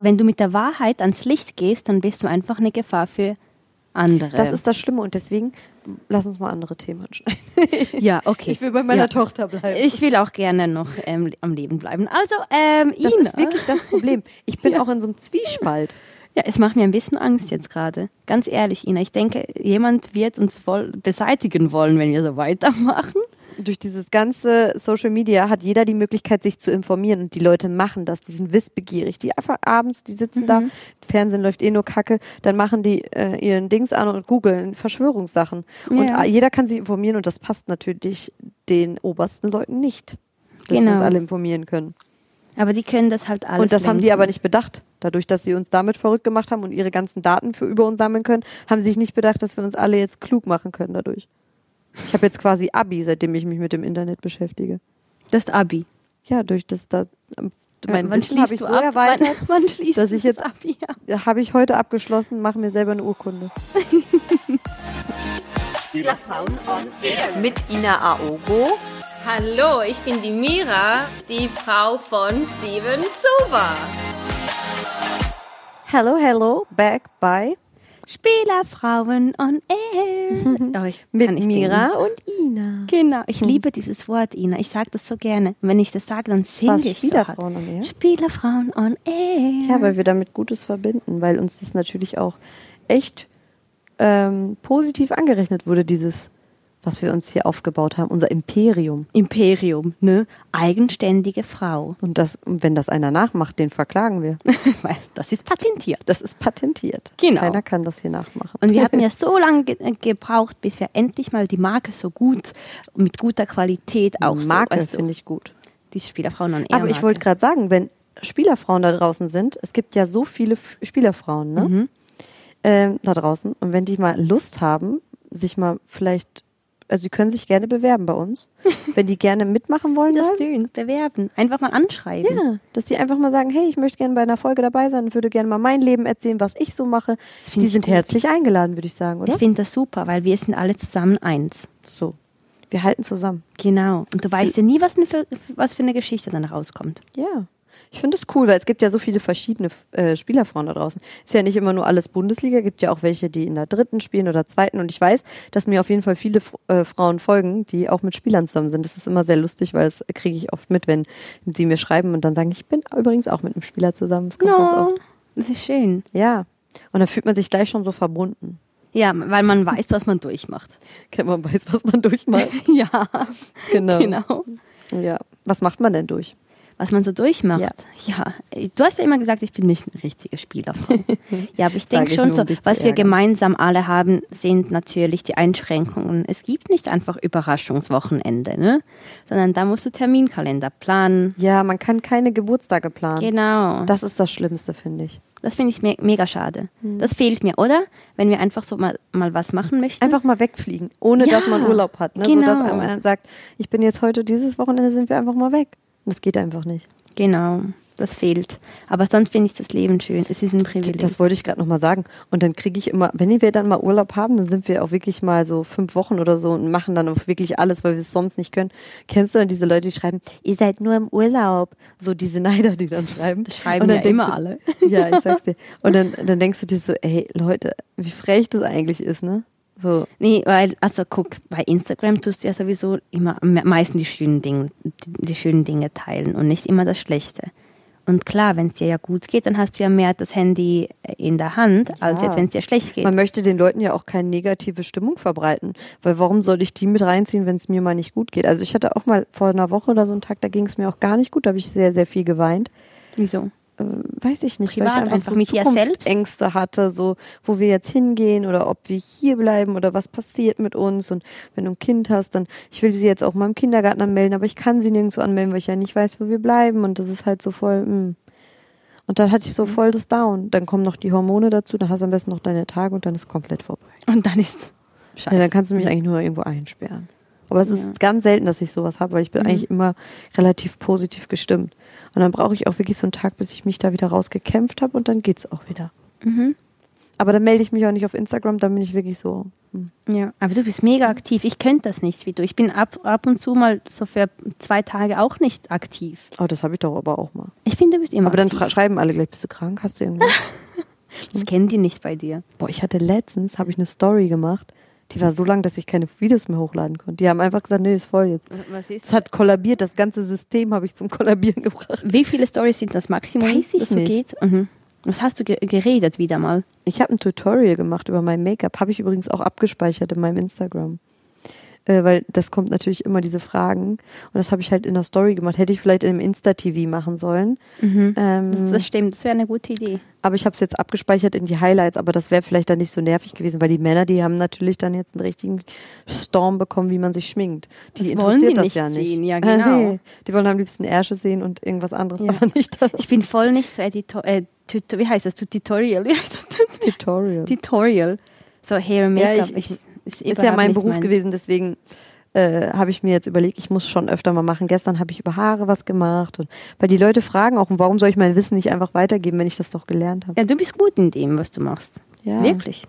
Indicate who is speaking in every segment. Speaker 1: Wenn du mit der Wahrheit ans Licht gehst, dann bist du einfach eine Gefahr für andere.
Speaker 2: Das ist das Schlimme und deswegen lass uns mal andere Themen anschneiden.
Speaker 1: ja, okay.
Speaker 2: Ich will bei meiner
Speaker 1: Ja.
Speaker 2: Tochter bleiben.
Speaker 1: Ich will auch gerne noch ähm, am Leben bleiben. Also, ähm,
Speaker 2: das
Speaker 1: Ina.
Speaker 2: ist wirklich das Problem. Ich bin auch in so einem Zwiespalt.
Speaker 1: Ja, es macht mir ein bisschen Angst jetzt gerade. Ganz ehrlich, Ina, ich denke, jemand wird uns voll beseitigen wollen, wenn wir so weitermachen.
Speaker 2: Durch dieses ganze Social Media hat jeder die Möglichkeit, sich zu informieren und die Leute machen das. Die sind wissbegierig. Die einfach abends, die sitzen da,
Speaker 1: Mhm.
Speaker 2: Fernsehen läuft eh nur Kacke, dann machen die äh, ihren Dings an und googeln Verschwörungssachen. Und
Speaker 1: Ja.
Speaker 2: a- jeder kann sich informieren und das passt natürlich den obersten Leuten nicht, dass wir
Speaker 1: Genau.
Speaker 2: uns alle informieren können.
Speaker 1: Aber die können das halt alles.
Speaker 2: und das haben die
Speaker 1: lenken.
Speaker 2: aber nicht bedacht. Dadurch, dass sie uns damit verrückt gemacht haben und ihre ganzen Daten für über uns sammeln können, haben sie sich nicht bedacht, dass wir uns alle jetzt klug machen können dadurch. Ich habe jetzt quasi Abi, seitdem ich mich mit dem Internet beschäftige.
Speaker 1: Das ist Abi.
Speaker 2: Ja, durch das da ähm, mein
Speaker 1: Wann
Speaker 2: Wissen habe
Speaker 1: schließt
Speaker 2: ich
Speaker 1: du
Speaker 2: so
Speaker 1: ab?
Speaker 2: erweitert,
Speaker 1: Wann, wann schließt
Speaker 2: dass ich
Speaker 1: du das
Speaker 2: jetzt-
Speaker 1: Abi ab?
Speaker 2: habe ich heute abgeschlossen, mache mir selber eine Urkunde.
Speaker 3: mit Ina Aogo.
Speaker 1: Hallo, ich bin die Mira, die Frau von Steven Zuber.
Speaker 2: Hello, hello, back by
Speaker 1: Spielerfrauen on Air. Oh, ich,
Speaker 2: mit
Speaker 1: kann ich
Speaker 2: Mira und Ina.
Speaker 1: Genau, ich liebe dieses Wort, Ina. Ich sage das so gerne. Wenn ich das sage, dann
Speaker 2: Was,
Speaker 1: singe ich so hart.
Speaker 2: Spielerfrauen und ihr?
Speaker 1: Spielerfrauen on Air.
Speaker 2: Ja, weil wir damit Gutes verbinden, weil uns das natürlich auch echt ähm, positiv angerechnet wurde, dieses, was wir uns hier aufgebaut haben, unser Imperium.
Speaker 1: Imperium, ne? Eigenständige Frau.
Speaker 2: Und das, und wenn das einer nachmacht, den verklagen wir.
Speaker 1: Weil das ist patentiert.
Speaker 2: Das ist patentiert.
Speaker 1: Genau.
Speaker 2: Keiner kann das hier nachmachen.
Speaker 1: Und wir hatten ja so lange ge äh, gebraucht, bis wir endlich mal die Marke so gut, mit guter Qualität auch
Speaker 2: Marke
Speaker 1: so, weißt du,
Speaker 2: finde ich gut.
Speaker 1: die Spielerfrauen on Air.
Speaker 2: Aber ich wollte gerade sagen, wenn Spielerfrauen da draußen sind, es gibt ja so viele F Spielerfrauen, ne?
Speaker 1: Mhm.
Speaker 2: Ähm, da draußen. Und wenn die mal Lust haben, sich mal vielleicht, also sie können sich gerne bewerben bei uns. wenn die gerne mitmachen wollen,
Speaker 1: das
Speaker 2: dann,
Speaker 1: tun, bewerben, einfach mal anschreiben.
Speaker 2: ja, dass die einfach mal sagen, hey, ich möchte gerne bei einer Folge dabei sein und würde gerne mal mein Leben erzählen, was ich so mache.
Speaker 1: find
Speaker 2: Die
Speaker 1: ich
Speaker 2: sind
Speaker 1: gut.
Speaker 2: herzlich eingeladen, würde ich sagen, oder?
Speaker 1: Ich finde das super, weil wir sind alle zusammen eins.
Speaker 2: so. Wir halten zusammen.
Speaker 1: Genau. Und du weißt ja nie, was, ne für, was für eine Geschichte dann rauskommt.
Speaker 2: Ja. Ich finde es cool, weil es gibt ja so viele verschiedene äh, Spielerfrauen da draußen. Ist ja nicht immer nur alles Bundesliga, gibt ja auch welche, die in der dritten spielen oder zweiten. Und ich weiß, dass mir auf jeden Fall viele F- äh, Frauen folgen, die auch mit Spielern zusammen sind. Das ist immer sehr lustig, weil das kriege ich oft mit, wenn sie mir schreiben und dann sagen, ich bin übrigens auch mit einem Spieler zusammen. Das kommt ganz oft.
Speaker 1: das ist schön.
Speaker 2: Ja. Und dann fühlt man sich gleich schon so verbunden.
Speaker 1: Ja, weil man weiß, was man durchmacht.
Speaker 2: Kennt man weiß, was man durchmacht.
Speaker 1: ja,
Speaker 2: Genau.
Speaker 1: genau.
Speaker 2: Ja. Was macht man denn durch?
Speaker 1: was man so durchmacht. Ja. du hast ja immer gesagt, ich bin nicht eine richtige Spielerfrau. ja, aber ich denke
Speaker 2: ich
Speaker 1: schon
Speaker 2: nur, um
Speaker 1: so,
Speaker 2: dich zu
Speaker 1: was wir
Speaker 2: ärgern.
Speaker 1: gemeinsam alle haben, sind natürlich die Einschränkungen. Es gibt nicht einfach Überraschungswochenende, ne? sondern da musst du Terminkalender planen.
Speaker 2: Ja, man kann keine Geburtstage planen.
Speaker 1: Genau. Das,
Speaker 2: Das ist das Schlimmste, finde ich.
Speaker 1: finde ich me mega schade.
Speaker 2: Hm.
Speaker 1: Das fehlt mir, oder? Wenn wir einfach so mal, mal was machen möchten.
Speaker 2: Einfach mal wegfliegen, ohne
Speaker 1: Ja,
Speaker 2: dass man Urlaub hat. Ne? So, dass
Speaker 1: genau.
Speaker 2: man sagt, ich bin jetzt heute, dieses Wochenende sind wir einfach mal weg. Und das geht einfach nicht.
Speaker 1: Genau. Das fehlt. Aber sonst finde ich das Leben schön. Es ist ein Privileg.
Speaker 2: Das wollte ich gerade nochmal sagen. Und dann kriege ich immer, wenn wir dann mal Urlaub haben, dann sind wir auch wirklich mal so fünf Wochen oder so und machen dann auch wirklich alles, weil wir es sonst nicht können. Kennst du dann diese Leute, die schreiben, ihr seid nur im Urlaub? So diese Neider, die dann schreiben.
Speaker 1: Das schreiben
Speaker 2: und dann
Speaker 1: ja
Speaker 2: denkst
Speaker 1: immer
Speaker 2: du,
Speaker 1: alle.
Speaker 2: Ja, ich sag's dir. Und dann, dann denkst du dir so, ey Leute, wie frech das eigentlich ist, ne? So,
Speaker 1: Nee, weil, also guck, bei Instagram tust du ja sowieso immer am meisten die schönen Dinge, die schönen Dinge teilen und nicht immer das Schlechte. Und klar, wenn es dir ja gut geht, dann hast du ja mehr das Handy in der Hand, als
Speaker 2: Ja.
Speaker 1: jetzt, wenn es dir schlecht geht.
Speaker 2: Man möchte den Leuten ja auch keine negative Stimmung verbreiten, weil warum soll ich die mit reinziehen, wenn es mir mal nicht gut geht? Also ich hatte auch mal vor einer Woche oder so einen Tag, da ging es mir auch gar nicht gut, da habe ich sehr, sehr viel geweint.
Speaker 1: Wieso?
Speaker 2: Weiß ich nicht, weil
Speaker 1: Privat,
Speaker 2: ich einfach,
Speaker 1: einfach
Speaker 2: so
Speaker 1: mit dir selbst?
Speaker 2: Zukunftsängste hatte, so wo wir jetzt hingehen oder ob wir hier bleiben oder was passiert mit uns und wenn du ein Kind hast, dann ich will sie jetzt auch mal im Kindergarten anmelden, aber ich kann sie nirgendwo anmelden, weil ich ja nicht weiß, wo wir bleiben und das ist halt so voll. Mh. Und dann hatte ich so
Speaker 1: Mhm.
Speaker 2: voll das Down. Dann kommen noch die Hormone dazu, dann hast du am besten noch deine Tage und dann ist komplett vorbei.
Speaker 1: Und dann ist scheiße.
Speaker 2: Ja, dann kannst du mich eigentlich nur irgendwo einsperren. Aber es ist ganz selten, dass ich sowas habe, weil ich bin eigentlich immer relativ positiv gestimmt. Und dann brauche ich auch wirklich so einen Tag, bis ich mich da wieder rausgekämpft habe und dann geht's auch wieder. Aber dann melde ich mich auch nicht auf Instagram, dann bin ich wirklich so. Hm.
Speaker 1: Ja, aber du bist mega aktiv. Ich könnte das nicht wie du. Ich bin ab, ab und zu mal so für zwei Tage auch nicht aktiv.
Speaker 2: Oh, das habe ich doch aber auch mal.
Speaker 1: Ich finde, du bist immer
Speaker 2: Aber dann
Speaker 1: aktiv.
Speaker 2: fra- schreiben alle gleich, bist du krank? Hast du irgendwas?
Speaker 1: Das kennen die nicht bei dir.
Speaker 2: Boah, ich hatte letztens, habe ich eine Story gemacht. Die war so lang, dass ich keine Videos mehr hochladen konnte. Die haben einfach gesagt, nee, ist voll jetzt.
Speaker 1: Was
Speaker 2: Es hat kollabiert, das ganze System habe ich zum Kollabieren gebracht.
Speaker 1: Wie viele Stories sind das Maximum,
Speaker 2: Weiß ich
Speaker 1: das so
Speaker 2: nicht.
Speaker 1: geht? Mhm. Was hast du ge geredet wieder mal?
Speaker 2: Ich habe ein Tutorial gemacht über mein Make-up, habe ich übrigens auch abgespeichert in meinem Instagram. Äh, weil das kommt natürlich immer diese Fragen. Und das habe ich halt in der Story gemacht. Hätte ich vielleicht im Insta-TV machen sollen. Ähm,
Speaker 1: Das, das stimmt, das wäre eine gute Idee.
Speaker 2: aber ich habe es jetzt abgespeichert in die Highlights, aber das wäre vielleicht dann nicht so nervig gewesen, weil die Männer, die haben natürlich dann jetzt einen richtigen Storm bekommen, wie man sich schminkt. Die
Speaker 1: Das wollen
Speaker 2: interessiert
Speaker 1: die
Speaker 2: das
Speaker 1: nicht
Speaker 2: ja nicht.
Speaker 1: sehen, ja,
Speaker 2: Äh,
Speaker 1: genau.
Speaker 2: nee. Die wollen am liebsten Ärsche sehen und irgendwas anderes,
Speaker 1: Ja.
Speaker 2: aber nicht das
Speaker 1: Ich bin voll nicht so Edito äh, Tut- wie heißt das? Tutorial? Wie heißt das? Tut-
Speaker 2: Tutorial.
Speaker 1: Tutorial. So Hair and
Speaker 2: Ja,
Speaker 1: Make-up.
Speaker 2: ich- ich- ist ja
Speaker 1: überhaupt
Speaker 2: mein
Speaker 1: nicht
Speaker 2: Beruf
Speaker 1: meins.
Speaker 2: gewesen, deswegen äh, habe ich mir jetzt überlegt, ich muss schon öfter mal machen. Gestern habe ich über Haare was gemacht und weil die Leute fragen auch, warum soll ich mein Wissen nicht einfach weitergeben, wenn ich das doch gelernt habe.
Speaker 1: Ja, du bist gut in dem, was du machst.
Speaker 2: Ja.
Speaker 1: Wirklich.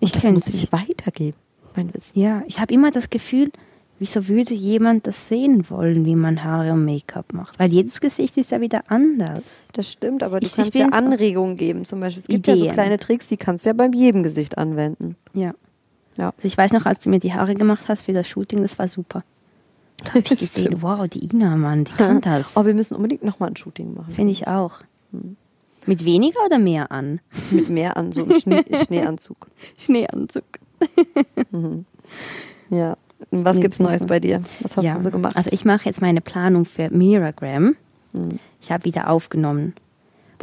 Speaker 1: Ich
Speaker 2: das
Speaker 1: könnte
Speaker 2: muss ich weitergeben, mein Wissen.
Speaker 1: Ja, ich habe immer das Gefühl, wieso würde jemand das sehen wollen, wie man Haare und Make-up macht? Weil jedes Gesicht ist ja wieder anders.
Speaker 2: Das stimmt, aber du
Speaker 1: Ich- ich
Speaker 2: kannst ja
Speaker 1: find's auch-
Speaker 2: Anregungen geben zum Beispiel. Es gibt ja so
Speaker 1: Ideen.
Speaker 2: kleine Tricks, die kannst du ja bei jedem Gesicht anwenden.
Speaker 1: Ja.
Speaker 2: Ja.
Speaker 1: Also ich weiß noch, als du mir die Haare gemacht hast für das Shooting, das war super. Da habe ich gesehen,
Speaker 2: Stimmt.
Speaker 1: wow, die Ina, Mann, die kann das.
Speaker 2: Oh, wir müssen unbedingt nochmal ein Shooting machen.
Speaker 1: Finde ich auch.
Speaker 2: Mhm.
Speaker 1: Mit weniger oder mehr an?
Speaker 2: Mit mehr an, so einem Schnee, Schneeanzug.
Speaker 1: Schneeanzug.
Speaker 2: Ja. Und Was
Speaker 1: Nee,
Speaker 2: gibt's
Speaker 1: das muss
Speaker 2: Neues
Speaker 1: man-
Speaker 2: bei dir? Was hast
Speaker 1: ja.
Speaker 2: du so gemacht?
Speaker 1: Also ich mache jetzt meine Planung für Miragram. Ich habe wieder aufgenommen.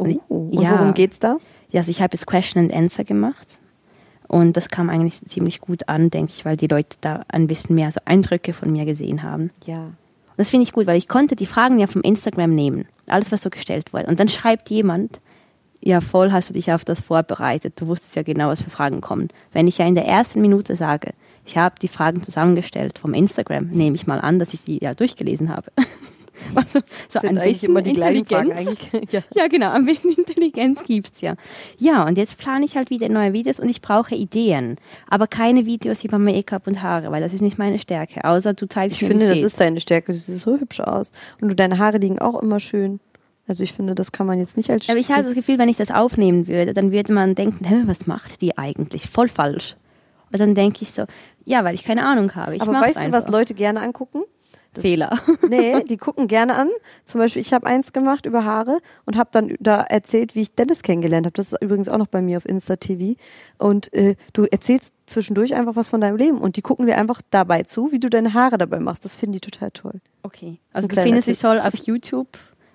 Speaker 2: Hm. oh, und
Speaker 1: ja.
Speaker 2: worum geht's da?
Speaker 1: Ja, also ich habe jetzt Question and Answer gemacht. Und das kam eigentlich ziemlich gut an, denke ich, weil die Leute da ein bisschen mehr so Eindrücke von mir gesehen haben.
Speaker 2: Ja.
Speaker 1: Und das finde ich gut, weil ich konnte die Fragen ja vom Instagram nehmen. Alles, was so gestellt wurde. Und dann schreibt jemand, ja voll, hast du dich auf das vorbereitet. Du wusstest ja genau, was für Fragen kommen. Wenn ich ja in der ersten Minute sage, ich habe die Fragen zusammengestellt vom Instagram, nehme ich mal an, dass ich die ja durchgelesen habe. Also, so
Speaker 2: Sind
Speaker 1: ein
Speaker 2: eigentlich
Speaker 1: bisschen
Speaker 2: immer die gleichen Fragen
Speaker 1: Intelligenz.
Speaker 2: eigentlich. ja.
Speaker 1: Ja, genau, ein bisschen Intelligenz gibt's ja. Ja, und jetzt plane ich halt wieder neue Videos und ich brauche Ideen, aber keine Videos über Make-up und Haare, weil das ist nicht meine Stärke, außer du zeigst
Speaker 2: Ich
Speaker 1: mir,
Speaker 2: finde,
Speaker 1: wie's
Speaker 2: das
Speaker 1: geht.
Speaker 2: ist deine Stärke. Du siehst so hübsch aus. Und du, deine Haare liegen auch immer schön. Also ich finde, das kann man jetzt nicht als
Speaker 1: aber ich habe das Gefühl, wenn ich das aufnehmen würde, dann würde man denken, Hä, was macht die eigentlich? Voll falsch. Und dann denke ich so, ja, weil ich keine Ahnung habe. Ich
Speaker 2: Aber
Speaker 1: mach's
Speaker 2: weißt du, was
Speaker 1: einfach.
Speaker 2: Leute gerne angucken?
Speaker 1: Fehler.
Speaker 2: Nee, die gucken gerne an. Zum Beispiel, ich habe eins gemacht über Haare und habe dann da erzählt, wie ich Dennis kennengelernt habe. Das ist übrigens auch noch bei mir auf Insta-TV. Und äh, du erzählst zwischendurch einfach was von deinem Leben und die gucken dir einfach dabei zu, wie du deine Haare dabei machst. Das finden die total toll.
Speaker 1: Okay.
Speaker 2: Das ist ein
Speaker 1: Also du
Speaker 2: kleiner
Speaker 1: findest,
Speaker 2: Tipp.
Speaker 1: ich soll auf YouTube,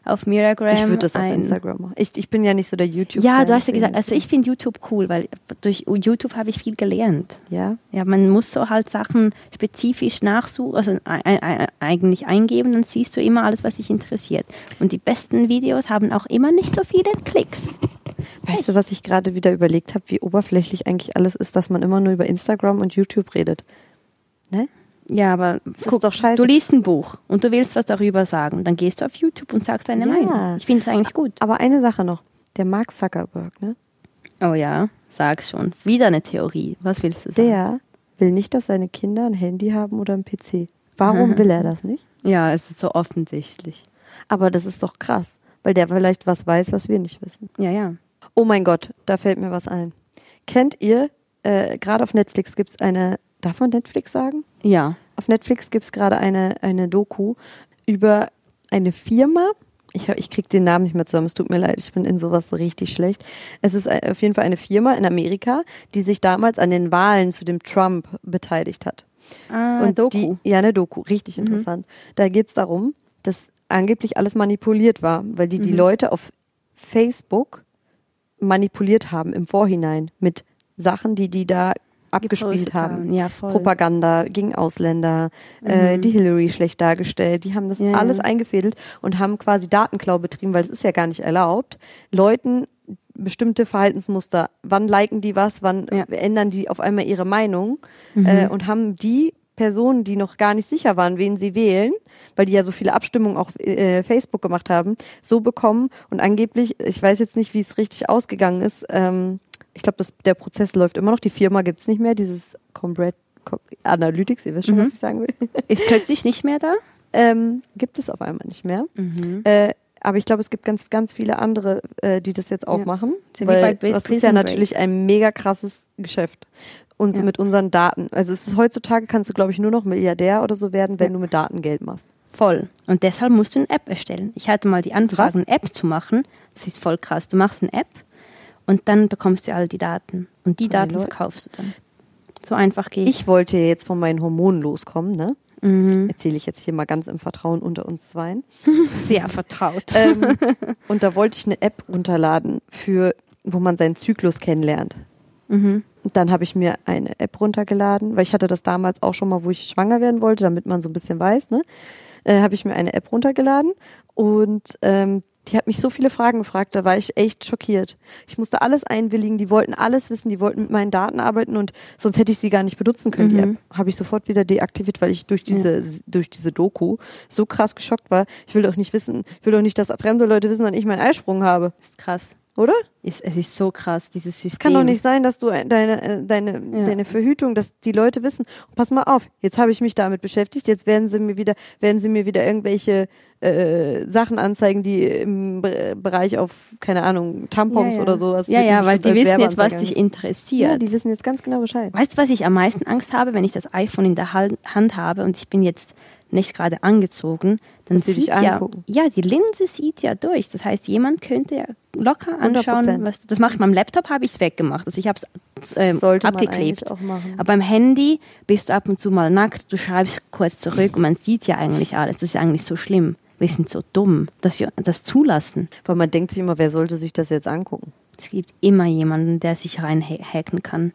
Speaker 1: auf Miragram
Speaker 2: ich würde das auf
Speaker 1: ein
Speaker 2: Instagram machen. Ich, ich bin Ähm, ja nicht so der youtube
Speaker 1: Ja, du hast ja gesagt, also ich finde YouTube cool, weil durch YouTube habe ich viel gelernt.
Speaker 2: Ja,
Speaker 1: Ja, man muss so halt Sachen spezifisch nachsuchen, also ei- ei- ei- eigentlich eingeben, dann siehst du immer alles, was dich interessiert. Und die besten Videos haben auch immer nicht so viele Klicks.
Speaker 2: weißt du, was ich gerade wieder überlegt habe, wie oberflächlich eigentlich alles ist, dass man immer nur über Instagram und YouTube redet. Ne?
Speaker 1: Ja, aber
Speaker 2: ist doch scheiße.
Speaker 1: du liest ein Buch und du willst was darüber sagen, dann gehst du auf YouTube und sagst deine
Speaker 2: Ja.
Speaker 1: Meinung. Ich finde es eigentlich gut.
Speaker 2: Aber eine Sache noch, der Mark Zuckerberg, ne?
Speaker 1: Oh ja, sag's schon. Wieder eine Theorie. Was willst du sagen?
Speaker 2: Der will nicht, dass seine Kinder ein Handy haben oder ein PC. Warum will er das nicht?
Speaker 1: Ja, es ist so offensichtlich.
Speaker 2: Aber das ist doch krass, weil der vielleicht was weiß, was wir nicht wissen.
Speaker 1: Ja, ja.
Speaker 2: Oh mein Gott, da fällt mir was ein. Kennt ihr, äh, gerade auf Netflix gibt's eine, darf man Netflix sagen?
Speaker 1: Ja.
Speaker 2: Auf Netflix gibt's gerade eine, eine Doku über eine Firma. Ich, hab- ich krieg den Namen nicht mehr zusammen, es tut mir leid, ich bin in sowas richtig schlecht. Es ist ein- auf jeden Fall eine Firma in Amerika, die sich damals an den Wahlen zu dem Trump beteiligt hat.
Speaker 1: Ah,
Speaker 2: Und
Speaker 1: Doku. Mhm.
Speaker 2: Die, ja, eine Doku, richtig interessant. Da geht's darum, dass angeblich alles manipuliert war, weil die
Speaker 1: Mhm.
Speaker 2: die Leute auf Facebook manipuliert haben im Vorhinein mit Sachen, die die da abgespielt
Speaker 1: Gepostet
Speaker 2: haben.
Speaker 1: haben. Ja, voll. Mhm.
Speaker 2: Propaganda gegen Ausländer, äh, die Hillary schlecht dargestellt. Die haben das
Speaker 1: Ja,
Speaker 2: alles
Speaker 1: ja.
Speaker 2: eingefädelt und haben quasi Datenklau betrieben, weil es ist ja gar nicht erlaubt, Leuten bestimmte Verhaltensmuster, wann liken die was, wann
Speaker 1: Ja.
Speaker 2: äh, ändern die auf einmal ihre Meinung äh, und haben die Personen, die noch gar nicht sicher waren, wen sie wählen, weil die ja so viele Abstimmungen auch äh, Facebook gemacht haben, so bekommen und angeblich, ich weiß jetzt nicht, wie es richtig ausgegangen ist, ähm, ich glaube, das- der Prozess läuft immer noch. Die Firma gibt's nicht mehr, dieses Combrad Com Analytics, ihr wisst schon, was ich sagen will.
Speaker 1: Ist plötzlich nicht mehr da?
Speaker 2: ähm, gibt es auf einmal nicht mehr.
Speaker 1: Mhm.
Speaker 2: Äh, aber ich glaube, es gibt ganz, ganz viele andere, äh, die das jetzt auch
Speaker 1: Ja.
Speaker 2: machen.
Speaker 1: Ist ja wie
Speaker 2: weil
Speaker 1: bei Pri-
Speaker 2: das ist
Speaker 1: Prison
Speaker 2: ja
Speaker 1: Break.
Speaker 2: natürlich ein mega krasses Geschäft. Und so
Speaker 1: Ja. Mhm.
Speaker 2: mit unseren Daten. Also es ist heutzutage kannst du, glaube ich, nur noch Milliardär oder so werden, wenn
Speaker 1: Ja. Mhm.
Speaker 2: du mit Daten Geld machst.
Speaker 1: Voll. Und deshalb musst du eine App erstellen. Ich hatte mal die Anfrage, eine App zu machen. Das ist voll krass. Du machst eine App und dann bekommst du all die Daten. Und die
Speaker 2: Von den
Speaker 1: Daten
Speaker 2: Leuten.
Speaker 1: verkaufst du dann. So einfach geht
Speaker 2: Ich wollte ja jetzt von meinen Hormonen loskommen, ne?
Speaker 1: Mhm.
Speaker 2: Erzähle ich jetzt hier mal ganz im Vertrauen unter uns zweien.
Speaker 1: sehr vertraut.
Speaker 2: ähm, und da wollte ich eine App runterladen, für, wo man seinen Zyklus kennenlernt.
Speaker 1: Äh, mhm.
Speaker 2: Und dann habe ich mir eine App runtergeladen, weil ich hatte das damals auch schon mal, wo ich schwanger werden wollte, damit man so ein bisschen weiß, ne? Äh, habe ich mir eine App runtergeladen und ähm, die hat mich so viele Fragen gefragt, da war ich echt schockiert. Ich musste alles einwilligen, die wollten alles wissen, die wollten mit meinen Daten arbeiten und sonst hätte ich sie gar nicht benutzen können, die App. Habe ich sofort wieder deaktiviert, weil ich durch diese, durch diese Doku so krass geschockt war. Ich will doch nicht wissen, ich will doch nicht, dass fremde Leute wissen, wann ich meinen Eisprung habe,
Speaker 1: ist krass.
Speaker 2: oder?
Speaker 1: Ist, es ist so krass, dieses System.
Speaker 2: Es kann doch nicht sein, dass du ein- deine, äh, deine,
Speaker 1: Ja.
Speaker 2: deine Verhütung, dass die Leute wissen, "Oh, pass mal auf, jetzt habe ich mich damit beschäftigt, jetzt werden sie mir wieder, werden sie mir wieder irgendwelche äh, Sachen anzeigen, die im Be- Bereich auf, keine Ahnung, Tampons oder sowas.
Speaker 1: Ja,
Speaker 2: wird
Speaker 1: ja,
Speaker 2: mir
Speaker 1: weil
Speaker 2: bestimmt
Speaker 1: die wissen
Speaker 2: als
Speaker 1: jetzt, was
Speaker 2: Werbeanzeige
Speaker 1: dich
Speaker 2: angezeigt. äh, Ja,
Speaker 1: interessiert.
Speaker 2: die wissen jetzt ganz genau Bescheid.
Speaker 1: weißt du, was ich am meisten Angst habe, wenn ich das iPhone in der Hal- Hand habe und ich bin jetzt nicht gerade angezogen, dann
Speaker 2: Dass sie dich
Speaker 1: sieht ja,
Speaker 2: angucken.
Speaker 1: ja, die Linse sieht ja durch. Das heißt, jemand könnte ja locker anschauen,
Speaker 2: 100%.
Speaker 1: was das macht. Beim Laptop habe ich es weggemacht. Also ich habe es ähm,
Speaker 2: Sollte man
Speaker 1: abgeklebt.
Speaker 2: eigentlich auch machen.
Speaker 1: Aber beim Handy bist du ab und zu mal nackt, du schreibst kurz zurück und man sieht ja eigentlich alles. Das ist ja eigentlich so schlimm. Wir sind so dumm, dass wir das zulassen.
Speaker 2: Weil man denkt sich immer, wer sollte sich das jetzt angucken?
Speaker 1: Es gibt immer jemanden, der sich reinhacken kann.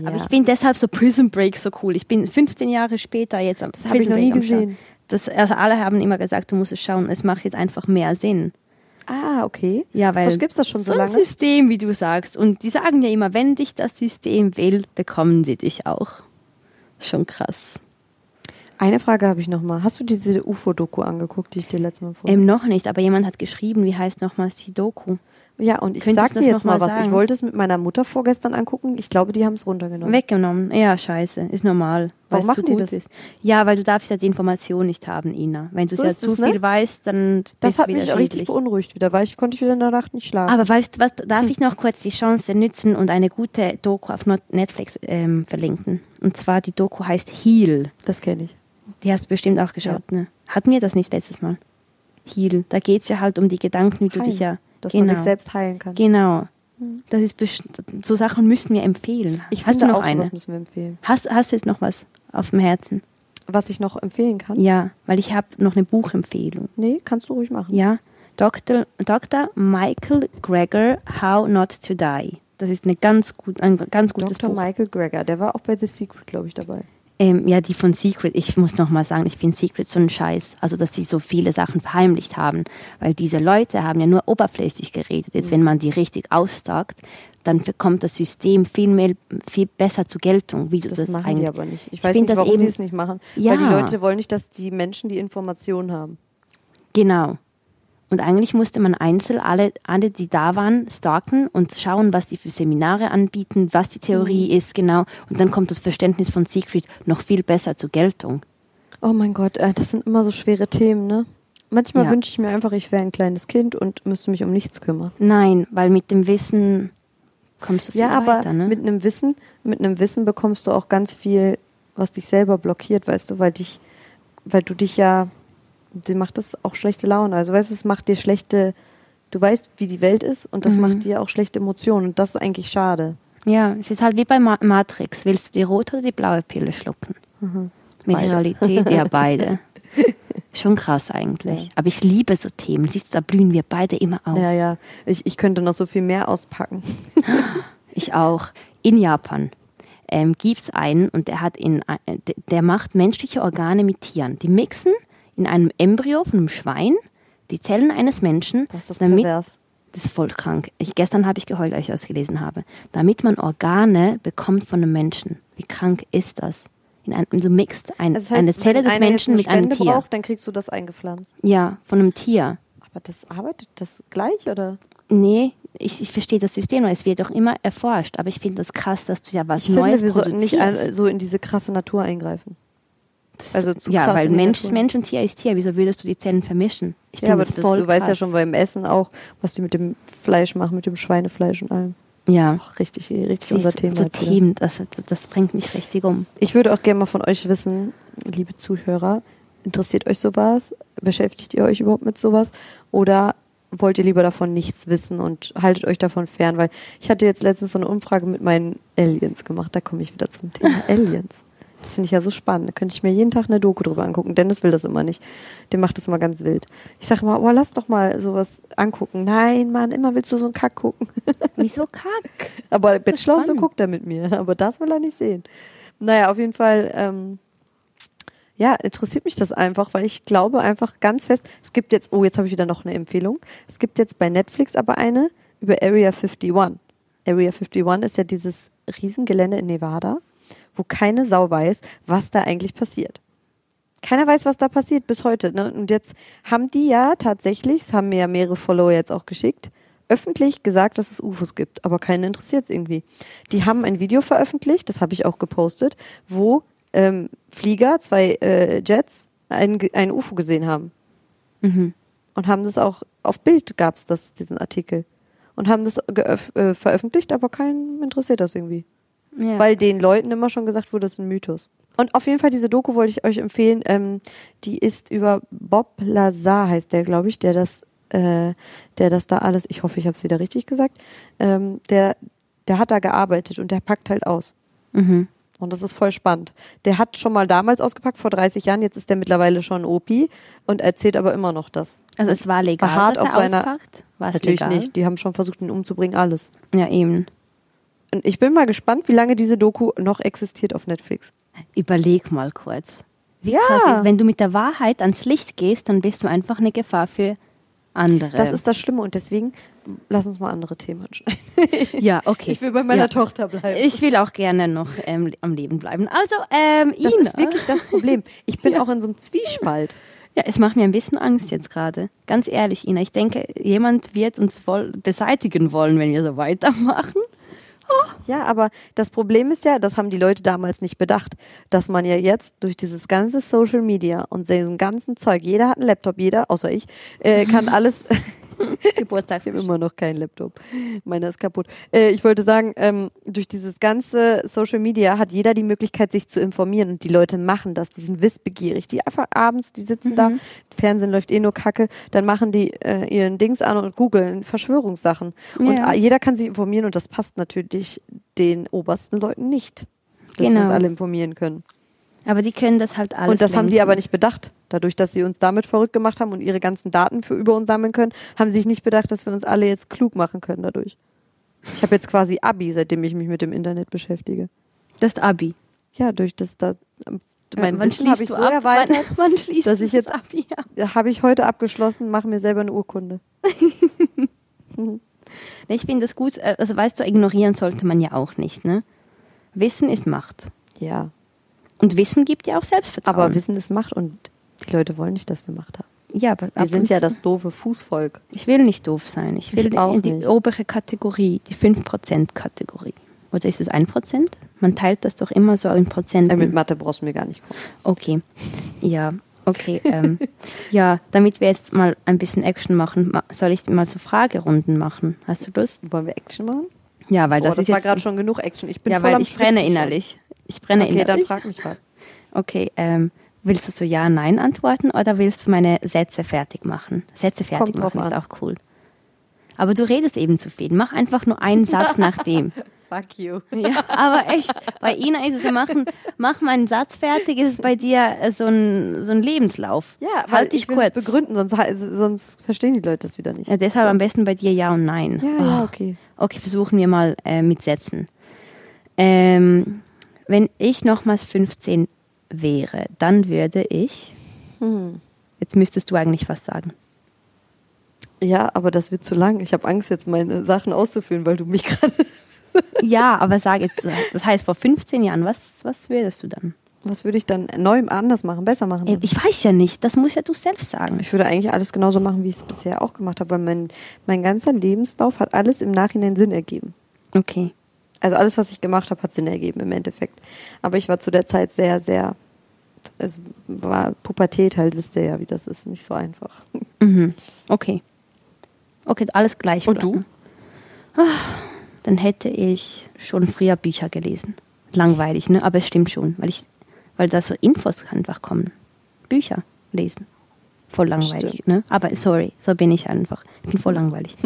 Speaker 1: Aber
Speaker 2: Ja.
Speaker 1: ich finde deshalb so Prison Break so cool. Ich bin 15 Jahre später jetzt am das
Speaker 2: hab ich noch nie gesehen.
Speaker 1: Das, also alle haben immer gesagt, du musst es schauen. Es macht jetzt einfach mehr Sinn.
Speaker 2: Ah, okay.
Speaker 1: Ja, weil
Speaker 2: Was gibt's das schon so,
Speaker 1: ein
Speaker 2: lange?
Speaker 1: System, wie du sagst. Und die sagen ja immer, wenn dich das System will, bekommen sie dich auch. Schon krass.
Speaker 2: Eine Frage habe ich nochmal. Hast du diese UFO-Doku angeguckt, die ich dir letztes Mal vorgestellt
Speaker 1: Ähm, noch nicht, aber jemand hat geschrieben, wie heißt nochmals die Doku?
Speaker 2: Ja, und ich
Speaker 1: Könntest
Speaker 2: sag
Speaker 1: du
Speaker 2: dir
Speaker 1: das
Speaker 2: jetzt
Speaker 1: noch
Speaker 2: mal
Speaker 1: mal
Speaker 2: was. Ich
Speaker 1: sagen?
Speaker 2: wollte es mit meiner Mutter vorgestern angucken. Ich glaube, die haben es runtergenommen.
Speaker 1: Weggenommen. Ja, scheiße. Ist normal. weil
Speaker 2: Warum
Speaker 1: es zu
Speaker 2: machen die
Speaker 1: gut
Speaker 2: das?
Speaker 1: Ist. Ja, weil du darfst ja die Information nicht haben, Ina. Wenn du
Speaker 2: So
Speaker 1: ja
Speaker 2: ist
Speaker 1: zu
Speaker 2: es, ne?
Speaker 1: viel weißt, dann
Speaker 2: Das
Speaker 1: bist
Speaker 2: hat
Speaker 1: du wieder
Speaker 2: mich auch richtig
Speaker 1: schädlich.
Speaker 2: beunruhigt wieder, weil ich konnte ich wieder in der Nacht nicht schlafen.
Speaker 1: Aber weißt du was, darf ich noch kurz die Chance nützen und eine gute Doku auf Not- Netflix ähm, verlinken? Und zwar die Doku heißt Heal.
Speaker 2: das kenne ich.
Speaker 1: Die hast du bestimmt auch geschaut, ne? Hatten wir das nicht letztes Mal? Heal. Da geht es ja halt um die Gedanken, wie du dich ja.
Speaker 2: Dass
Speaker 1: genau.
Speaker 2: man sich selbst heilen kann.
Speaker 1: Genau. Das ist best- so Sachen müssen wir empfehlen.
Speaker 2: Hm. ich
Speaker 1: hast
Speaker 2: finde
Speaker 1: du noch
Speaker 2: auch,
Speaker 1: eine?
Speaker 2: sowas müssen wir empfehlen.
Speaker 1: Hast, hast du jetzt noch was auf dem Herzen?
Speaker 2: Was ich noch empfehlen kann?
Speaker 1: Ja, weil ich habe noch eine Buchempfehlung.
Speaker 2: Nee, kannst du ruhig machen.
Speaker 1: Ja, Dr. Dr. Michael Greger, How Not to Die. Das ist eine ganz gut, ein ganz gutes
Speaker 2: Dr.
Speaker 1: Buch.
Speaker 2: Michael Greger, der war auch bei The Secret, glaube ich, dabei.
Speaker 1: Ähm, ja, die von Secret. Ich muss noch mal sagen, ich finde Secret so ein Scheiß. Also, dass sie so viele Sachen verheimlicht haben. Weil diese Leute haben ja nur oberflächlich geredet. Jetzt, wenn man die richtig aussagt, dann kommt das System viel mehr, viel besser zur Geltung, wie du
Speaker 2: Das,
Speaker 1: das,
Speaker 2: machen
Speaker 1: eigentlich...
Speaker 2: die aber nicht. Ich, weiß
Speaker 1: find
Speaker 2: nicht,
Speaker 1: das
Speaker 2: warum die
Speaker 1: eben-
Speaker 2: es nicht machen.
Speaker 1: Ja.
Speaker 2: Weil die Leute wollen nicht, dass die Menschen die Informationen haben.
Speaker 1: Genau. Und eigentlich musste man einzeln alle, alle, die da waren, stalken und schauen, was die für Seminare anbieten, was die Theorie ist, genau. Und dann kommt das Verständnis von Secret noch viel besser zur Geltung.
Speaker 2: Oh mein Gott, äh, das sind immer so schwere Themen, ne? Manchmal
Speaker 1: Ja.
Speaker 2: wünsche ich mir einfach, ich wäre ein kleines Kind und müsste mich um nichts kümmern.
Speaker 1: Nein, weil mit dem Wissen kommst du viel
Speaker 2: Ja, aber
Speaker 1: weiter, ne?
Speaker 2: mit einem Wissen, mit einem Wissen bekommst du auch ganz viel, was dich selber blockiert, weißt du, weil dich, weil du dich ja, dir macht das auch schlechte Laune. Also weißt du, es macht dir schlechte, du weißt, wie die Welt ist und das
Speaker 1: Mhm.
Speaker 2: macht dir auch schlechte Emotionen und das ist eigentlich schade.
Speaker 1: ja, es ist halt wie bei Ma Matrix. Willst du die rote oder die blaue Pille schlucken? Mit
Speaker 2: Mhm. Beide.
Speaker 1: Realität, ja, beide. Schon krass eigentlich. Aber ich liebe so Themen. Siehst du, da blühen wir beide immer auf.
Speaker 2: Ja, ja. Ich, ich könnte noch so viel mehr auspacken.
Speaker 1: Ich auch. In Japan ähm, gibt es einen und der, hat in, äh, d- der macht menschliche Organe mit Tieren. Die mixen in einem Embryo von einem Schwein die Zellen eines Menschen,
Speaker 2: Was das
Speaker 1: damit
Speaker 2: pervers.
Speaker 1: das ist voll krank. Ich, gestern habe ich geheult, als ich das gelesen habe. Damit man Organe bekommt von einem Menschen. Wie krank ist das? In einem, du mixt ein,
Speaker 2: Also das heißt,
Speaker 1: eine Zelle
Speaker 2: wenn
Speaker 1: des
Speaker 2: einer jetzt
Speaker 1: Menschen
Speaker 2: eine
Speaker 1: mit einem
Speaker 2: Spende
Speaker 1: Tier.
Speaker 2: braucht, dann kriegst du das eingepflanzt.
Speaker 1: Ja, von einem Tier.
Speaker 2: Aber das arbeitet das gleich oder?
Speaker 1: nee, ich, ich verstehe das System, weil es wird doch immer erforscht. Aber ich finde das krass, dass du ja was
Speaker 2: Ich
Speaker 1: Neues
Speaker 2: finde, wir sollten nicht
Speaker 1: produzierst.
Speaker 2: all- so in diese krasse Natur eingreifen.
Speaker 1: Das-
Speaker 2: also zu
Speaker 1: ja,
Speaker 2: krass
Speaker 1: weil
Speaker 2: in die
Speaker 1: Mensch ist
Speaker 2: Natur.
Speaker 1: Mensch und Tier ist Tier. Wieso würdest du die Zellen vermischen? Ich
Speaker 2: Ja, aber
Speaker 1: das
Speaker 2: das,
Speaker 1: voll
Speaker 2: du weißt ja
Speaker 1: krass.
Speaker 2: schon beim Essen auch, was die mit dem Fleisch machen, mit dem Schweinefleisch und allem.
Speaker 1: Ja.
Speaker 2: Ach, richtig, richtig
Speaker 1: Siehst
Speaker 2: unser
Speaker 1: du,
Speaker 2: Thema.
Speaker 1: So
Speaker 2: jetzt wieder.
Speaker 1: Themen, das, das bringt mich richtig um.
Speaker 2: Ich würde auch gerne mal von euch wissen, liebe Zuhörer, interessiert euch sowas? Beschäftigt ihr euch überhaupt mit sowas? Oder wollt ihr lieber davon nichts wissen und haltet euch davon fern? Weil ich hatte jetzt letztens so eine Umfrage mit meinen Aliens gemacht. Da komme ich wieder zum Thema Aliens. Das finde ich ja so spannend. Da könnte ich mir jeden Tag eine Doku drüber angucken. Dennis will das immer nicht. Der macht das immer ganz wild. Ich sage immer, oh, lass doch mal sowas angucken. Nein, Mann, immer willst du so einen Kack gucken.
Speaker 1: Wieso kack?
Speaker 2: Aber
Speaker 1: doch
Speaker 2: Bachelor und so
Speaker 1: spannend.
Speaker 2: guckt er mit mir. Aber das will er nicht sehen. Naja, auf jeden Fall, ähm, ja, interessiert mich das einfach, weil ich glaube einfach ganz fest, es gibt jetzt, oh, jetzt habe ich wieder noch eine Empfehlung. Es gibt jetzt bei Netflix aber eine über Area 51. Area 51 ist ja dieses Riesengelände in Nevada, wo keine Sau weiß, was da eigentlich passiert. Keiner weiß, was da passiert bis heute. Ne? Und jetzt haben die ja tatsächlich, es haben mir ja mehrere Follower jetzt auch geschickt, öffentlich gesagt, dass es UFOs gibt. Aber keinen interessiert es irgendwie. Die haben ein Video veröffentlicht, das habe ich auch gepostet, wo ähm, Flieger, zwei äh, Jets, ein, Ge- ein UFO gesehen haben. Und haben das auch, auf Bild gab es das, diesen Artikel. Und haben das geöff- äh, veröffentlicht, aber keinen interessiert das irgendwie
Speaker 1: Ja.
Speaker 2: weil den Leuten immer schon gesagt wurde, das ist ein Mythos. Und auf jeden Fall diese Doku wollte ich euch empfehlen. Ähm, die ist über Bob Lazar heißt der, glaube ich, der das, äh, der das da alles. Ich hoffe, ich habe es wieder richtig gesagt. Ähm, der, der hat da gearbeitet und der packt halt aus.
Speaker 1: mhm.
Speaker 2: Und das ist voll spannend. Der hat schon mal damals ausgepackt vor 30 Jahren. Jetzt ist der mittlerweile schon Opi und erzählt aber immer noch das.
Speaker 1: Also es war legal,
Speaker 2: Beharrt
Speaker 1: dass
Speaker 2: auf
Speaker 1: er
Speaker 2: seiner-
Speaker 1: auspackt? War es
Speaker 2: Natürlich
Speaker 1: legal?
Speaker 2: nicht. Die haben schon versucht, ihn umzubringen. Alles.
Speaker 1: Ja, eben.
Speaker 2: Und ich bin mal gespannt, wie lange diese Doku noch existiert auf Netflix.
Speaker 1: Überleg mal kurz. Wie
Speaker 2: Ja.
Speaker 1: krass ist, wenn du mit der Wahrheit ans Licht gehst, dann bist du einfach eine Gefahr für andere.
Speaker 2: Das ist das Schlimme und deswegen lass uns mal andere Themen anschneiden.
Speaker 1: ja okay.
Speaker 2: Ich will bei meiner
Speaker 1: Ja.
Speaker 2: Tochter bleiben.
Speaker 1: Ich will auch gerne noch ähm, am Leben bleiben. Also, ähm,
Speaker 2: das
Speaker 1: Ina.
Speaker 2: ist wirklich das Problem. Ich bin auch in so einem Zwiespalt.
Speaker 1: Ja, es macht mir ein bisschen Angst jetzt gerade. Ganz ehrlich, Ina, ich denke, jemand wird uns voll beseitigen wollen, wenn wir so weitermachen.
Speaker 2: Ja, aber das Problem ist ja, das haben die Leute damals nicht bedacht, dass man ja jetzt durch dieses ganze Social Media und diesen ganzen Zeug, jeder hat einen Laptop, jeder, außer ich, äh, kann alles. Geburtstags ich hab immer noch keinen Laptop. Meiner ist kaputt. Äh, ich wollte sagen, ähm, durch dieses ganze Social Media hat jeder die Möglichkeit, sich zu informieren. Und die Leute machen das. Die sind wissbegierig. Die einfach abends, die sitzen
Speaker 1: Mhm.
Speaker 2: da, Fernsehen läuft eh nur Kacke, dann machen die äh, ihren Dings an und googeln Verschwörungssachen. Und
Speaker 1: Ja.
Speaker 2: a- jeder kann sich informieren und das passt natürlich den obersten Leuten nicht, dass wir
Speaker 1: Genau.
Speaker 2: uns alle informieren können.
Speaker 1: Aber die können das halt alles.
Speaker 2: und das haben die
Speaker 1: lenken.
Speaker 2: aber nicht bedacht. Dadurch, dass sie uns damit verrückt gemacht haben und ihre ganzen Daten für über uns sammeln können, haben sie sich nicht bedacht, dass wir uns alle jetzt klug machen können dadurch. Ich habe jetzt quasi Abi, seitdem ich mich mit dem Internet beschäftige.
Speaker 1: Das Abi.
Speaker 2: Ja, durch das da mein
Speaker 1: Wann
Speaker 2: Wissen habe
Speaker 1: schließt
Speaker 2: ich
Speaker 1: du
Speaker 2: so
Speaker 1: ab?
Speaker 2: erweitert,
Speaker 1: Wann, wann schließt
Speaker 2: dass
Speaker 1: du
Speaker 2: ich jetzt-
Speaker 1: das Abi ab?
Speaker 2: habe ich heute abgeschlossen, mache mir selber eine Urkunde.
Speaker 1: Nee, Ich finde das gut, äh, also weißt du, ignorieren sollte man ja auch nicht, ne? Wissen ist Macht.
Speaker 2: Ja,
Speaker 1: Und Wissen gibt ja auch Selbstvertrauen.
Speaker 2: aber Wissen ist Macht und die Leute wollen nicht, dass wir Macht haben.
Speaker 1: ja, aber
Speaker 2: Wir
Speaker 1: ab und
Speaker 2: sind ja
Speaker 1: zu-
Speaker 2: das doofe Fußvolk.
Speaker 1: Ich will nicht doof sein. Ich will
Speaker 2: Ich auch
Speaker 1: in die
Speaker 2: nicht.
Speaker 1: obere Kategorie, die 5%-Kategorie. Oder ist es 1%? Man teilt das doch immer so in
Speaker 2: Äh, mit
Speaker 1: Prozenten.
Speaker 2: Mathe brauchst du mir gar nicht kommen.
Speaker 1: Okay. Ja, okay. Ähm, ja, damit wir jetzt mal ein bisschen Action machen, ma- soll ich mal so Fragerunden machen? Hast du Lust?
Speaker 2: Wollen wir Action machen?
Speaker 1: Ja, weil
Speaker 2: Boah,
Speaker 1: das,
Speaker 2: Oh, das
Speaker 1: ist
Speaker 2: war
Speaker 1: jetzt.
Speaker 2: gerade schon genug Action. Ich bin
Speaker 1: ja,
Speaker 2: voll
Speaker 1: weil
Speaker 2: am
Speaker 1: ich brenne
Speaker 2: Schwitzen
Speaker 1: innerlich. Ich
Speaker 2: schon.
Speaker 1: brenne
Speaker 2: Okay, dann
Speaker 1: innerlich.
Speaker 2: frag mich was.
Speaker 1: Okay, ähm, willst du so Ja, Nein antworten oder willst du meine Sätze fertig machen? Sätze fertig
Speaker 2: Kommt drauf
Speaker 1: machen ist
Speaker 2: an.
Speaker 1: auch cool. Aber du redest eben zu viel. Mach einfach nur einen Satz nach dem.
Speaker 2: Fuck you.
Speaker 1: Ja, aber echt. Bei Ina ist es ja machen, mach mal einen Satz fertig, ist es bei dir äh, so ein, so ein Lebenslauf.
Speaker 2: Ja, weil
Speaker 1: halt dich
Speaker 2: ich will es
Speaker 1: kurz.
Speaker 2: begründen, sonst, ha- sonst verstehen die Leute das wieder nicht.
Speaker 1: Ja, deshalb am besten bei dir Ja und Nein.
Speaker 2: ja,
Speaker 1: Oh.
Speaker 2: ja, okay.
Speaker 1: Okay, versuchen wir mal äh, mit Sätzen. Ähm, wenn ich nochmals 15 wäre, dann würde ich. Mhm. Jetzt müsstest du eigentlich was sagen.
Speaker 2: Ja, aber das wird zu lang. Ich habe Angst, jetzt meine Sachen auszuführen, weil du mich gerade.
Speaker 1: Ja, aber sag jetzt. so. Das heißt, vor 15 Jahren, was, was würdest du dann?
Speaker 2: Was würde ich dann neu anders machen, besser machen?
Speaker 1: Äh, Ich weiß ja nicht, das muss ja du selbst sagen.
Speaker 2: Ich würde eigentlich alles genauso machen, wie ich es bisher auch gemacht habe, weil mein, mein ganzer Lebenslauf hat alles im Nachhinein Sinn ergeben.
Speaker 1: Okay.
Speaker 2: Also alles, was ich gemacht habe, hat Sinn ergeben im Endeffekt. Aber ich war zu der Zeit sehr, sehr, also war Pubertät halt, wisst ihr ja, wie das ist, nicht so einfach.
Speaker 1: Mhm. Okay. Okay, alles gleich.
Speaker 2: Und du?
Speaker 1: bleiben. Ah, Dann hätte ich schon früher Bücher gelesen. Langweilig, ne? Aber es stimmt schon, weil ich, weil da so Infos einfach kommen. Bücher lesen. Voll langweilig,
Speaker 2: Stimmt.
Speaker 1: ne? Aber sorry, so bin ich einfach. Ich bin voll langweilig.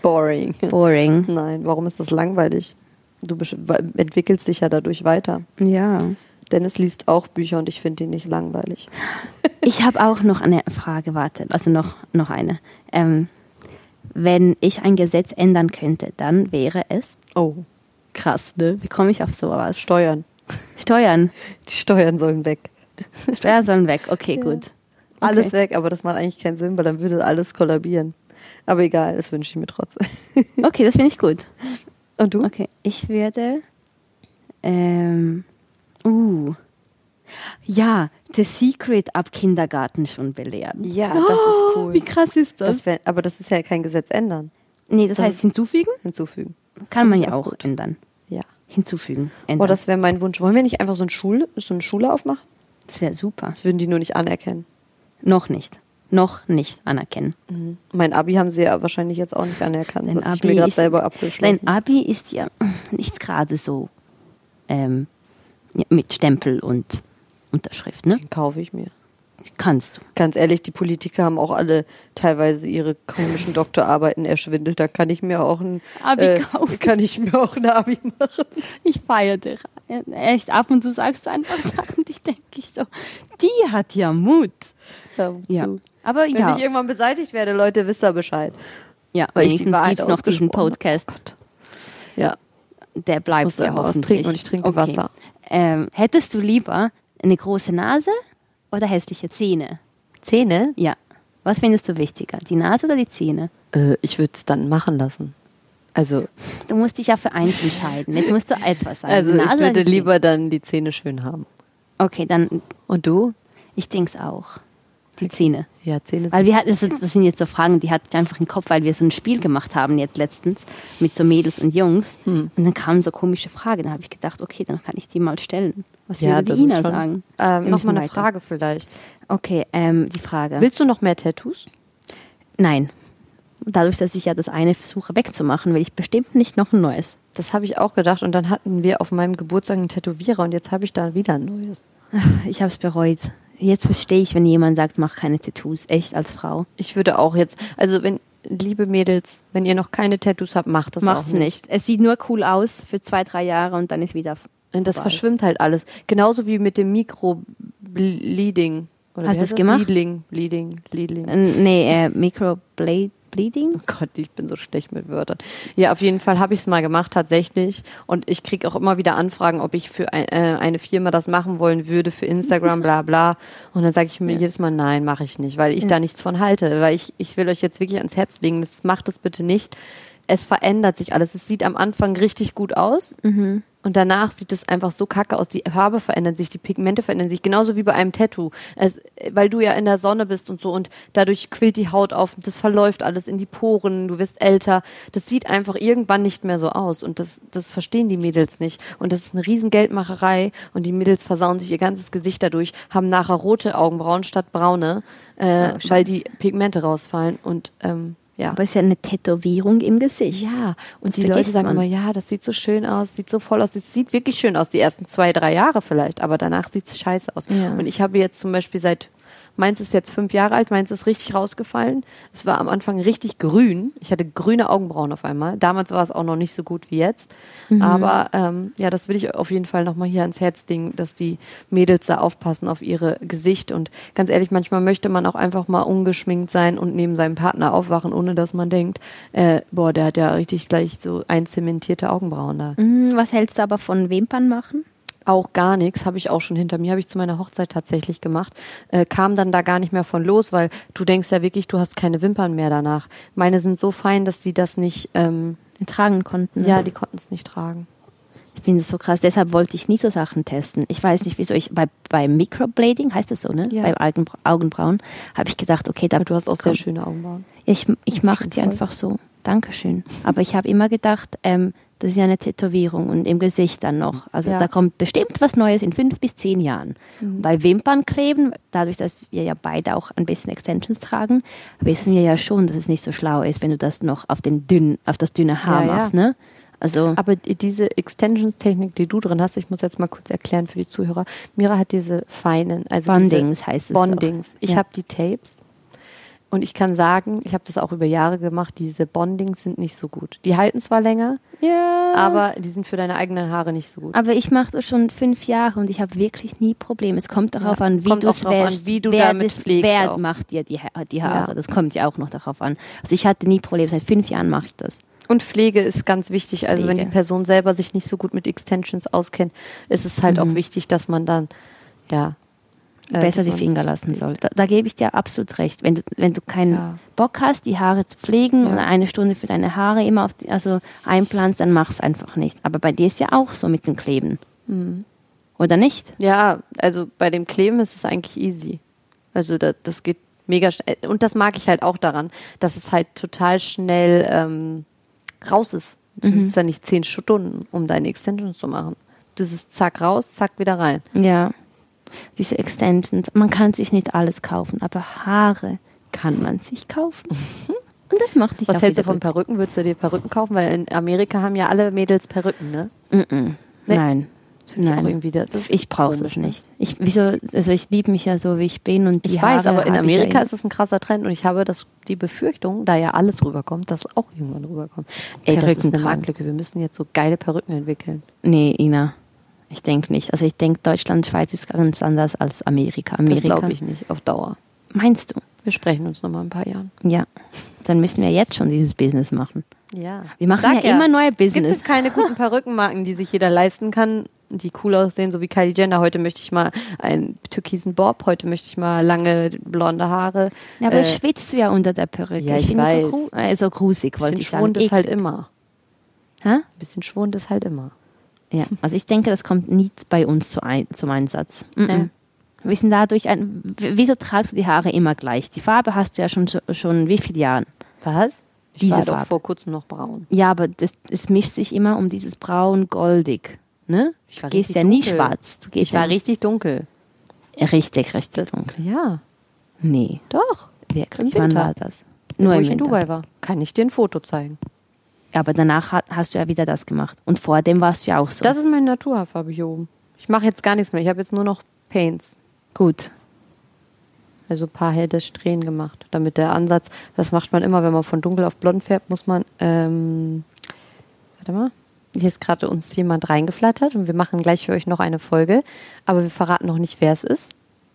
Speaker 2: Boring.
Speaker 1: Boring.
Speaker 2: Nein, warum ist das langweilig? Du besch- wa- entwickelst dich ja dadurch weiter.
Speaker 1: Ja.
Speaker 2: Dennis liest auch Bücher und ich finde ihn nicht langweilig.
Speaker 1: Ich habe auch noch eine Frage, warte, also noch, noch eine. Ähm, wenn ich ein Gesetz ändern könnte, dann wäre es
Speaker 2: Oh,
Speaker 1: krass, ne? Wie komme ich auf sowas?
Speaker 2: Steuern.
Speaker 1: Steuern.
Speaker 2: Die Steuern sollen weg.
Speaker 1: Steuern sollen weg. Okay, gut.
Speaker 2: Alles weg, aber das macht eigentlich keinen Sinn, weil dann würde alles kollabieren. Aber egal, das wünsche ich mir trotzdem.
Speaker 1: Okay, das finde ich gut.
Speaker 2: Und du?
Speaker 1: Okay, ich würde. Ähm, uh. Ja, The Secret ab Kindergarten schon belehren.
Speaker 2: Ja, das ist cool.
Speaker 1: Wie krass ist das?
Speaker 2: Das wär, aber das ist ja kein Gesetz ändern,
Speaker 1: nee, das,
Speaker 2: das
Speaker 1: heißt
Speaker 2: ist-
Speaker 1: hinzufügen?
Speaker 2: hinzufügen.
Speaker 1: Kann man
Speaker 2: ich
Speaker 1: ja
Speaker 2: auch
Speaker 1: auch
Speaker 2: gut.
Speaker 1: ändern.
Speaker 2: Ja.
Speaker 1: Hinzufügen. Ändern.
Speaker 2: Oh, das wäre mein Wunsch. Wollen wir nicht einfach so, ein Schule, so eine Schule aufmachen?
Speaker 1: das wäre super.
Speaker 2: Das würden die nur nicht anerkennen.
Speaker 1: Noch nicht. Noch nicht anerkennen.
Speaker 2: Mein Abi haben sie ja wahrscheinlich jetzt auch nicht anerkannt,
Speaker 1: Dein
Speaker 2: was ich mir gerade
Speaker 1: ist-
Speaker 2: selber abgeschlossen
Speaker 1: Dein Abi ist ja nicht gerade so ähm, ja, mit Stempel und Unterschrift, ne?
Speaker 2: Kaufe ich mir.
Speaker 1: Kannst du.
Speaker 2: Ganz ehrlich, die Politiker haben auch alle teilweise ihre komischen Doktorarbeiten erschwindelt. Da kann ich mir auch ein
Speaker 1: Abi
Speaker 2: äh,
Speaker 1: kaufen.
Speaker 2: Kann ich mir auch ein Abi machen.
Speaker 1: Ich feiere dich. Echt, ab und zu sagst du einfach Sachen, die denke ich so, die hat ja Mut. Ja.
Speaker 2: Dazu.
Speaker 1: Aber
Speaker 2: Wenn
Speaker 1: ja,
Speaker 2: ich irgendwann beseitigt werde, Leute, wisst ihr Bescheid.
Speaker 1: ja
Speaker 2: weil ich die
Speaker 1: wenigstens
Speaker 2: Wahrheit
Speaker 1: gibt es noch diesen
Speaker 2: ausgesprochen hab.
Speaker 1: Podcast.
Speaker 2: Ja.
Speaker 1: Der bleibt
Speaker 2: Muss
Speaker 1: ja
Speaker 2: einmal was
Speaker 1: hoffentlich.
Speaker 2: trinken und ich trinke
Speaker 1: okay.
Speaker 2: Wasser.
Speaker 1: Ähm, hättest du lieber eine große Nase oder hässliche Zähne?
Speaker 2: Zähne?
Speaker 1: Ja. Was findest du wichtiger, die Nase oder die Zähne?
Speaker 2: Äh, ich würde es dann machen lassen. Also,
Speaker 1: Du musst dich ja für eins entscheiden. Jetzt musst du etwas sagen.
Speaker 2: also
Speaker 1: Die
Speaker 2: ich
Speaker 1: Nase oder
Speaker 2: würde
Speaker 1: die Zähne?
Speaker 2: lieber dann die Zähne schön haben.
Speaker 1: Okay, dann,
Speaker 2: Und du?
Speaker 1: ich denke es auch. Die Zähne.
Speaker 2: Ja, Zähne sind
Speaker 1: Weil wir hatten, das sind das sind jetzt so Fragen, die hatte ich einfach im Kopf, weil wir so ein Spiel gemacht haben jetzt letztens mit so Mädels und Jungs. Und dann kamen so komische Fragen. Da habe ich gedacht, okay, dann kann ich die mal stellen. Was
Speaker 2: ja,
Speaker 1: würde
Speaker 2: das
Speaker 1: die Ina
Speaker 2: ist schon,
Speaker 1: sagen?
Speaker 2: Ähm,
Speaker 1: Wir
Speaker 2: noch
Speaker 1: müssen
Speaker 2: mal eine
Speaker 1: weiter.
Speaker 2: Frage vielleicht.
Speaker 1: Okay, ähm, die Frage.
Speaker 2: Willst du noch mehr Tattoos?
Speaker 1: Nein. Dadurch, dass ich ja das eine versuche wegzumachen, will ich bestimmt nicht noch ein neues.
Speaker 2: Das habe ich auch gedacht und dann hatten wir auf meinem Geburtstag einen Tätowierer und jetzt habe ich da wieder ein neues.
Speaker 1: Ich habe es bereut. Jetzt verstehe ich, wenn jemand sagt, mach keine Tattoos. Echt, als Frau.
Speaker 2: Ich würde auch jetzt, also wenn, liebe Mädels, wenn ihr noch keine Tattoos habt, macht das
Speaker 1: Macht's
Speaker 2: auch nicht.
Speaker 1: nicht. Es sieht nur cool aus für zwei, drei Jahre und dann ist wieder.
Speaker 2: Und das
Speaker 1: vorbei.
Speaker 2: verschwimmt halt alles. Genauso wie mit dem Mikrobleeding. Oder
Speaker 1: Hast
Speaker 2: wie
Speaker 1: du
Speaker 2: heißt
Speaker 1: das gemacht?
Speaker 2: Bleeding, bleeding, bleeding.
Speaker 1: Äh, Nee, äh, Microbleeding?
Speaker 2: Oh Gott, ich bin so schlecht mit Wörtern. Ja, auf jeden Fall habe ich es mal gemacht tatsächlich und ich kriege auch immer wieder Anfragen, ob ich für ein, äh, eine Firma das machen wollen würde für Instagram, bla bla. Und dann sage ich mir jedes Mal, nein, mache ich nicht, weil ich da nichts von halte, weil ich ich will euch jetzt wirklich ans Herz legen, das macht es bitte nicht. Es verändert sich alles. Es sieht am Anfang richtig gut aus. Und danach sieht es einfach so kacke aus. Die Farbe verändert sich, die Pigmente verändern sich, genauso wie bei einem Tattoo. Es, weil du ja in der Sonne bist und so und dadurch quillt die Haut auf und das verläuft alles in die Poren, du wirst älter. Das sieht einfach irgendwann nicht mehr so aus und das, das verstehen die Mädels nicht. Und das ist eine riesen Geldmacherei und die Mädels versauen sich ihr ganzes Gesicht dadurch, haben nachher rote Augenbrauen statt braune, äh,
Speaker 1: Oh,
Speaker 2: weil die Pigmente rausfallen und ähm, ja.
Speaker 1: Aber es ist ja eine Tätowierung im Gesicht.
Speaker 2: Ja, und
Speaker 1: Das
Speaker 2: die Leute
Speaker 1: vergisst
Speaker 2: sagen
Speaker 1: man.
Speaker 2: immer, ja, das sieht so schön aus, sieht so voll aus. Es sieht wirklich schön aus, die ersten zwei, drei Jahre vielleicht, aber danach sieht's scheiße aus.
Speaker 1: Ja.
Speaker 2: Und ich habe jetzt zum Beispiel seit, meins ist jetzt fünf Jahre alt, meins ist richtig rausgefallen. Es war am Anfang richtig grün. Ich hatte grüne Augenbrauen auf einmal. Damals war es auch noch nicht so gut wie jetzt. Aber ähm, ja, das will ich auf jeden Fall nochmal hier ans Herz legen, dass die Mädels da aufpassen auf ihre Gesicht. Und ganz ehrlich, manchmal möchte man auch einfach mal ungeschminkt sein und neben seinem Partner aufwachen, ohne dass man denkt, äh, boah, der hat ja richtig gleich so einzementierte Augenbrauen da.
Speaker 1: Hm, Was hältst du aber von Wimpern machen?
Speaker 2: Auch gar nichts, habe ich auch schon hinter mir, habe ich zu meiner Hochzeit tatsächlich gemacht. Äh, kam dann da gar nicht mehr von los, weil du denkst ja wirklich, du hast keine Wimpern mehr danach. Meine sind so fein, dass sie das nicht, ähm,
Speaker 1: Tragen konnten.
Speaker 2: ja, die konnten es nicht tragen.
Speaker 1: Ich finde es so krass. Deshalb wollte ich nie so Sachen testen. Ich weiß nicht, wieso ich bei, bei Microblading heißt das so, ne?
Speaker 2: Ja.
Speaker 1: Bei Augenbra Augenbrauen habe ich gedacht, okay, da
Speaker 2: Aber du hast auch sehr
Speaker 1: komm,
Speaker 2: schöne Augenbrauen.
Speaker 1: Ich, ich mache
Speaker 2: schön
Speaker 1: die
Speaker 2: voll.
Speaker 1: einfach so. Dankeschön. Aber ich habe immer gedacht, ähm, das ist ja eine Tätowierung und im Gesicht dann noch. Also
Speaker 2: Ja. Mhm.
Speaker 1: da kommt bestimmt was Neues in fünf bis zehn Jahren. Bei Wimpernkleben, dadurch, dass wir ja beide auch ein bisschen Extensions tragen, wissen wir ja schon, dass es nicht so schlau ist, wenn du das noch auf, den dünn, auf das dünne Haar
Speaker 2: Ja, ja.
Speaker 1: machst. Ne? Also
Speaker 2: Aber die- diese Extensions-Technik, die du drin hast, ich muss jetzt mal kurz erklären für die Zuhörer. Mira hat diese feinen, also
Speaker 1: Bondings
Speaker 2: diese
Speaker 1: heißt es
Speaker 2: Bondings.
Speaker 1: doch.
Speaker 2: Ich
Speaker 1: Ja.
Speaker 2: habe die Tapes und ich kann sagen, ich habe das auch über Jahre gemacht. Diese Bondings sind nicht so gut. Die halten zwar länger,
Speaker 1: ja.
Speaker 2: aber die sind für deine eigenen Haare nicht so gut.
Speaker 1: Aber ich mache das schon fünf Jahre und ich habe wirklich nie Probleme. Es kommt darauf an, wie,
Speaker 2: kommt
Speaker 1: du's
Speaker 2: auch drauf an,
Speaker 1: wäschst,
Speaker 2: wie du
Speaker 1: wer
Speaker 2: damit
Speaker 1: das-
Speaker 2: pflegst
Speaker 1: Wer
Speaker 2: auch.
Speaker 1: macht dir die, Ha- die Haare?
Speaker 2: Ja.
Speaker 1: Das kommt ja auch noch darauf an. Also ich hatte nie Probleme. Seit fünf Jahren mache ich das.
Speaker 2: Und Pflege ist ganz wichtig. Also wenn die
Speaker 1: Pflege.
Speaker 2: Person selber sich nicht so gut mit Extensions auskennt, ist es halt auch wichtig, dass man dann ja äh,
Speaker 1: Mhm. Besser
Speaker 2: dass
Speaker 1: die
Speaker 2: man-
Speaker 1: Finger lassen soll. Da, da gebe ich dir absolut recht. Wenn du, wenn du keinen
Speaker 2: Ja.
Speaker 1: Bock hast, die Haare zu pflegen
Speaker 2: Ja.
Speaker 1: und eine Stunde für deine Haare immer auf die, also einplanst, dann mach es einfach nicht. Aber bei dir ist ja auch so mit dem Kleben.
Speaker 2: Mhm.
Speaker 1: Oder nicht?
Speaker 2: Ja, also bei dem Kleben ist es eigentlich easy. Also da, das geht mega schnell. Und das mag ich halt auch daran, dass es halt total schnell ähm, raus ist.
Speaker 1: Mhm.
Speaker 2: Du sitzt da nicht zehn Stunden, um deine Extensions zu machen. Du sitzt zack raus, zack wieder rein.
Speaker 1: Ja, diese Extensions. Man kann sich nicht alles kaufen, aber Haare kann man sich kaufen. Und das macht dich
Speaker 2: Was
Speaker 1: auch
Speaker 2: hältst du
Speaker 1: wieder
Speaker 2: von Perücken? Würdest du dir Perücken kaufen? Weil in Amerika haben ja alle Mädels Perücken, ne?
Speaker 1: gut. Nein.
Speaker 2: Das find ich auch
Speaker 1: Nein,
Speaker 2: irgendwie- das ist
Speaker 1: ich brauche
Speaker 2: komisch,
Speaker 1: das
Speaker 2: ne?
Speaker 1: nicht. Ich, wieso, also ich liebe mich ja so, wie ich bin und die
Speaker 2: Ich eh. weiß,
Speaker 1: Haare
Speaker 2: aber in
Speaker 1: hab ich
Speaker 2: Amerika
Speaker 1: ja eh.
Speaker 2: ist es ein krasser Trend und ich habe das, die Befürchtung, da ja alles rüberkommt, dass auch irgendwann rüberkommt. Ey, das ist
Speaker 1: Perücken
Speaker 2: eine
Speaker 1: tragen.
Speaker 2: Marktlücke. Wir müssen jetzt so geile Perücken entwickeln.
Speaker 1: Nee, Ina, ich denke nicht. Also ich denke, Deutschland, Schweiz ist ganz anders als Amerika.
Speaker 2: Das
Speaker 1: Amerika.
Speaker 2: glaube ich nicht, auf Dauer.
Speaker 1: Meinst du?
Speaker 2: Wir sprechen uns nochmal ein paar Jahren.
Speaker 1: Ja. Dann müssen wir jetzt schon dieses Business machen.
Speaker 2: Ja.
Speaker 1: Wir machen ja immer neue Business.
Speaker 2: Gibt es keine guten Perückenmarken, die sich jeder leisten kann, die cool aussehen, so wie Kylie Jenner. Heute möchte ich mal einen türkisen Bob, heute möchte ich mal lange blonde Haare.
Speaker 1: Ja, aber
Speaker 2: Äh,
Speaker 1: schwitzt du ja unter der Perücke.
Speaker 2: Ja, ich
Speaker 1: finde es so,
Speaker 2: weiß.
Speaker 1: gru äh, so grusig,
Speaker 2: ein
Speaker 1: wollte
Speaker 2: bisschen
Speaker 1: ich sagen.
Speaker 2: Schwund ist halt
Speaker 1: Eklig.
Speaker 2: immer.
Speaker 1: Hä?
Speaker 2: Ein bisschen Schwund ist halt immer.
Speaker 1: Ja, also ich denke, das kommt nie bei uns zu ein, zum Einsatz. Mm -mm.
Speaker 2: Ja.
Speaker 1: Wir sind dadurch ein. w- Wieso tragst du die Haare immer gleich? Die Farbe hast du ja schon, schon wie viele Jahren?
Speaker 2: Was? Ich
Speaker 1: Diese
Speaker 2: war doch
Speaker 1: Farbe.
Speaker 2: vor kurzem noch braun.
Speaker 1: Ja, aber das, es mischt sich immer um dieses braun-goldig. Ne?
Speaker 2: Ich
Speaker 1: Du
Speaker 2: war
Speaker 1: gehst
Speaker 2: richtig
Speaker 1: ja nie
Speaker 2: dunkel.
Speaker 1: schwarz. Du gehst
Speaker 2: Ich war
Speaker 1: ja
Speaker 2: richtig dunkel.
Speaker 1: richtig, richtig dunkel.
Speaker 2: Ja,
Speaker 1: Nee,
Speaker 2: doch.
Speaker 1: wirklich.
Speaker 2: Im
Speaker 1: Wann
Speaker 2: Winter.
Speaker 1: war das? Nur
Speaker 2: Wo
Speaker 1: im
Speaker 2: ich in
Speaker 1: Winter.
Speaker 2: Dubai war. Kann ich dir ein Foto zeigen.
Speaker 1: Aber danach ha- hast du ja wieder das gemacht. Und vor dem warst du ja auch so.
Speaker 2: Das ist meine Naturhaarfarbe hier oben. Ich mache jetzt gar nichts mehr. Ich habe jetzt nur noch Paints.
Speaker 1: Gut.
Speaker 2: Also ein paar helle Strähnen gemacht, damit der Ansatz, das macht man immer, wenn man von dunkel auf blond färbt, muss man, ähm, warte mal, hier ist gerade uns jemand reingeflattert und wir machen gleich für euch noch eine Folge, aber wir verraten noch nicht, wer es ist.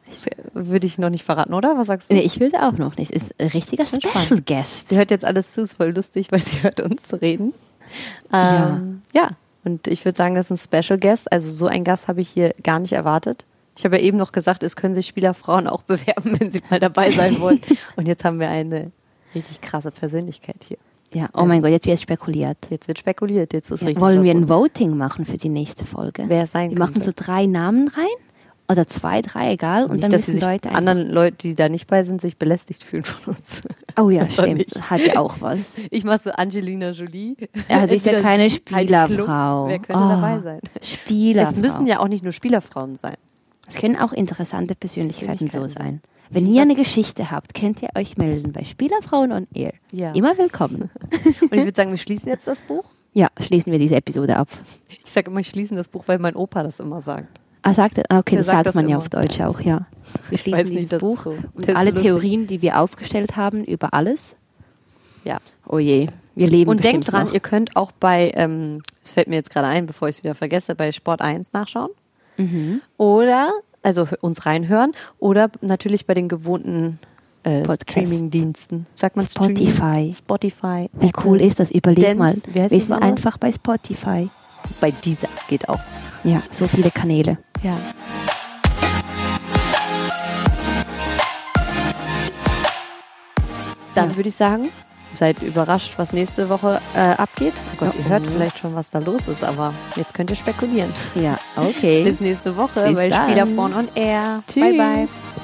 Speaker 2: Das würde ich noch nicht verraten, oder? Was sagst du?
Speaker 1: Nee, ich würde auch noch nicht. Ist ein richtiger
Speaker 2: Schon
Speaker 1: Special
Speaker 2: spannend.
Speaker 1: Guest.
Speaker 2: Sie hört jetzt alles zu, ist voll lustig, weil sie hört uns reden. Ähm, ja. und ich würde sagen, das ist ein Special Guest. Also so einen Gast habe ich hier gar nicht erwartet. Ich habe ja eben noch gesagt, es können sich Spielerfrauen auch bewerben, wenn sie mal dabei sein wollen. und jetzt haben wir eine richtig krasse Persönlichkeit hier.
Speaker 1: Ja, oh mein Gott, jetzt wird spekuliert.
Speaker 2: Jetzt wird spekuliert, jetzt ist
Speaker 1: Ja,
Speaker 2: richtig.
Speaker 1: wollen wir
Speaker 2: verrückt.
Speaker 1: ein Voting machen für die nächste Folge?
Speaker 2: Wer es sein
Speaker 1: Wir machen
Speaker 2: könnte.
Speaker 1: so drei Namen rein oder zwei, drei, egal. Und
Speaker 2: nicht,
Speaker 1: dann
Speaker 2: dass sie
Speaker 1: müssen
Speaker 2: sich
Speaker 1: Leute ein-
Speaker 2: anderen Leute, die da nicht bei sind, sich belästigt fühlen von uns.
Speaker 1: Oh ja,
Speaker 2: Besser
Speaker 1: stimmt.
Speaker 2: nicht.
Speaker 1: Hat ja auch was.
Speaker 2: Ich mache so Angelina Jolie.
Speaker 1: Ja, sie ist ja
Speaker 2: Entweder
Speaker 1: keine
Speaker 2: Heidi Klum.
Speaker 1: Spielerfrau.
Speaker 2: Wer könnte
Speaker 1: Oh,
Speaker 2: dabei sein?
Speaker 1: Spielerfrau.
Speaker 2: Es müssen ja auch nicht nur Spielerfrauen sein.
Speaker 1: Es können auch interessante Persönlichkeiten so sein.
Speaker 2: Persönlichkeiten
Speaker 1: Wenn ihr eine Geschichte habt, könnt ihr euch melden bei Spielerfrauen on Air.
Speaker 2: Ja.
Speaker 1: Immer willkommen.
Speaker 2: Und ich würde sagen, wir schließen jetzt das Buch.
Speaker 1: Ja, schließen wir diese Episode ab.
Speaker 2: Ich sage immer, ich schließen das Buch, weil mein Opa das immer sagt.
Speaker 1: Ah, sagt er, ah, okay,
Speaker 2: Der
Speaker 1: das
Speaker 2: sagt
Speaker 1: sagt
Speaker 2: das
Speaker 1: man ja
Speaker 2: immer.
Speaker 1: auf Deutsch auch, ja. Wir schließen
Speaker 2: weiß nicht,
Speaker 1: dieses
Speaker 2: das ist
Speaker 1: Buch
Speaker 2: so. Das
Speaker 1: und
Speaker 2: ist
Speaker 1: alle
Speaker 2: lustig.
Speaker 1: Theorien, die wir aufgestellt haben über alles.
Speaker 2: Ja.
Speaker 1: Oh je, wir leben
Speaker 2: Und denkt
Speaker 1: bestimmt
Speaker 2: dran,
Speaker 1: noch.
Speaker 2: ihr könnt auch bei, ähm, es fällt mir jetzt gerade ein, bevor ich es wieder vergesse, bei Sport 1 nachschauen.
Speaker 1: Mhm.
Speaker 2: Oder, also h- uns reinhören. Oder natürlich bei den gewohnten äh,
Speaker 1: Podcast.
Speaker 2: Streaming-Diensten. Sagt man
Speaker 1: Spotify.
Speaker 2: Streaming? Spotify.
Speaker 1: Wie cool ist das? Überleg
Speaker 2: Dance-
Speaker 1: mal.
Speaker 2: wie heißt
Speaker 1: Wir
Speaker 2: das
Speaker 1: sind
Speaker 2: andere?
Speaker 1: einfach bei Spotify.
Speaker 2: Bei dieser geht auch.
Speaker 1: Ja, so viele Kanäle.
Speaker 2: Ja. Dann würde ich sagen, seid überrascht, was nächste Woche äh, abgeht. Oh Gott, ihr
Speaker 1: Mhm.
Speaker 2: hört vielleicht schon, was da los ist, aber jetzt könnt ihr spekulieren.
Speaker 1: Ja, okay.
Speaker 2: Bis nächste Woche
Speaker 1: Bis
Speaker 2: bei
Speaker 1: dann.
Speaker 2: Spieler von on Air.
Speaker 1: Tschüss.
Speaker 2: Bye, bye.